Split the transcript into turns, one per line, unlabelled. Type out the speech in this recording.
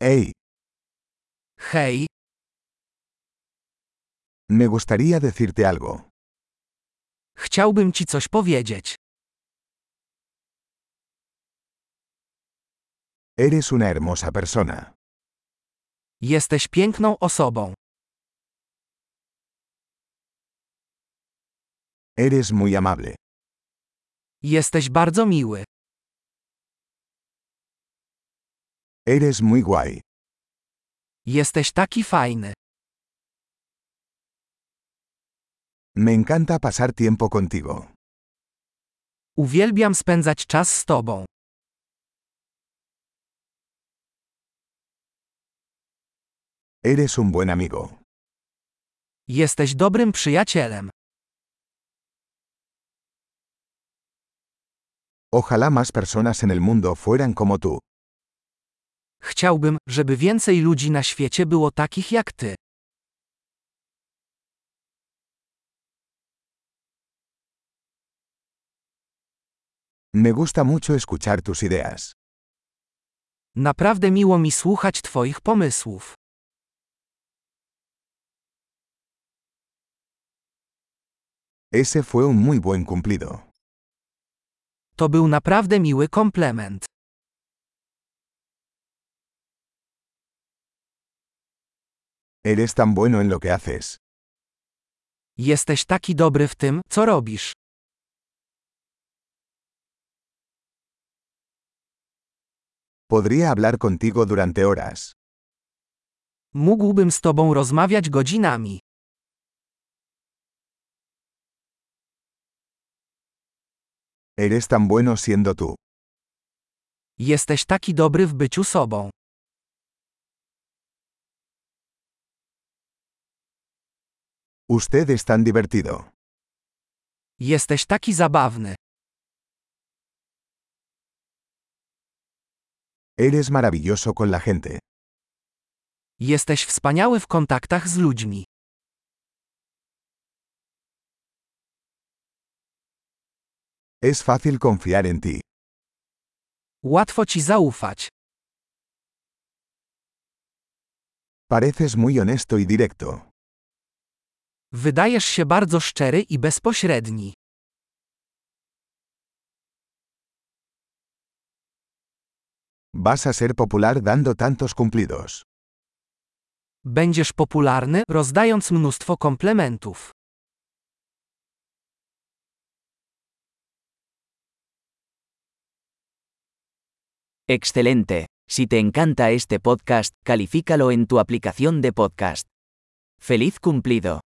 Hey,
Hej,
me gustaría decirte algo.
chciałbym ci coś powiedzieć.
Eres una hermosa persona.
Jesteś piękną osobą.
Eres muy amable.
Jesteś bardzo miły.
Eres muy guay.
Jesteś taki fajny.
Me encanta pasar tiempo contigo.
Uwielbiam spędzać czas z tobą.
Eres un buen amigo.
Jesteś dobrym przyjacielem.
Ojalá más personas en el mundo fueran como tú.
Chciałbym, żeby więcej ludzi na świecie było takich jak ty.
Me gusta mucho escuchar tus ideas.
Naprawdę miło mi słuchać twoich pomysłów.
Ese fue un muy buen cumplido.
To był naprawdę miły komplement.
Eres tan bueno en lo que haces.
Jesteś taki dobry w tym, co robisz.
Podría hablar contigo durante horas.
Mógłbym z tobą rozmawiać godzinami.
Eres tan bueno siendo tú.
Jesteś taki dobry w byciu sobą.
Usted es tan divertido.
Jesteś taki zabawny.
Eres maravilloso con la gente.
Jesteś wspaniały w kontaktach z ludźmi.
Es fácil confiar en ti.
Łatwo ci zaufać.
Pareces muy honesto y directo.
Wydajesz się bardzo szczery i bezpośredni.
Vas a ser popular dando tantos cumplidos.
Będziesz popularny, rozdając mnóstwo komplementów.
Excelente. Si te encanta este podcast, califícalo en tu aplicación de podcast. ¡Feliz cumplido!